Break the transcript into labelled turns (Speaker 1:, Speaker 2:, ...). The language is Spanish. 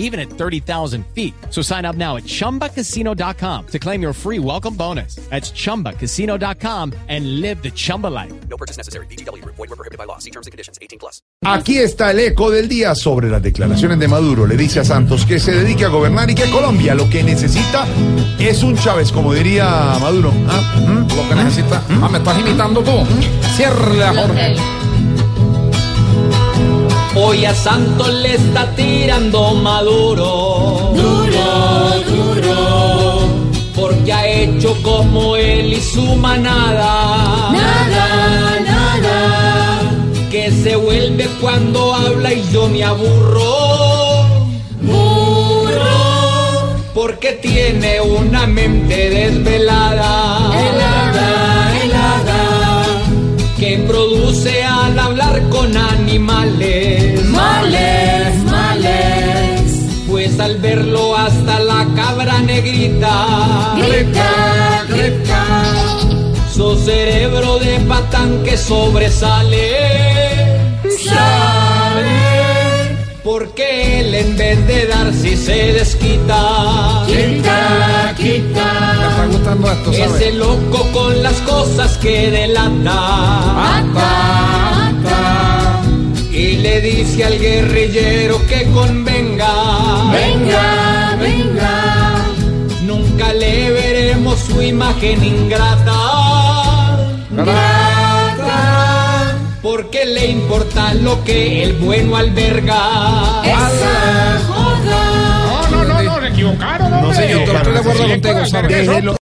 Speaker 1: even at 30,000 feet. So sign up now at ChumbaCasino.com to claim your free welcome bonus. That's ChumbaCasino.com and live the Chumba life.
Speaker 2: No purchase necessary. BGW. Void were prohibited by law. See terms and conditions. 18 plus.
Speaker 3: Aquí está el eco del día sobre las declaraciones de Maduro. Le dice a Santos que se dedique a gobernar y que Colombia lo que necesita es un Chávez, como diría Maduro. ¿Ah? ¿Mm?
Speaker 4: Lo que necesita. Ah, me estás imitando tú. Cierra, Jorge.
Speaker 5: Hoy a Santos le está tirando Maduro. Duro, duro. Porque ha hecho como él y su manada. Nada, nada. Que se vuelve cuando habla y yo me aburro. Burro. Porque tiene una mente desvelada. Helada, helada. Que produce al hablar con animales.
Speaker 6: Males, males,
Speaker 5: Pues al verlo hasta la cabra negrita,
Speaker 6: grita, grita,
Speaker 5: su cerebro de patán que sobresale.
Speaker 6: sale,
Speaker 5: Porque él en vez de dar si se desquita,
Speaker 6: quita,
Speaker 4: Me
Speaker 6: quita,
Speaker 4: está gustando esto, ¿sabes?
Speaker 5: ese loco con las cosas que
Speaker 6: Ah.
Speaker 5: delata.
Speaker 6: ata, ata,
Speaker 5: Y le dice al guerrillero que convenga,
Speaker 6: venga, venga,
Speaker 5: nunca le veremos su imagen ingrata.
Speaker 6: grata,
Speaker 5: Porque le importa lo que el bueno alberga.
Speaker 6: esa joda.
Speaker 4: No, no, no, no, se equivocaron, hombre.
Speaker 3: se equivocaron.
Speaker 4: Estoy de acuerdo contigo, ¿sabes?
Speaker 3: Déjelo,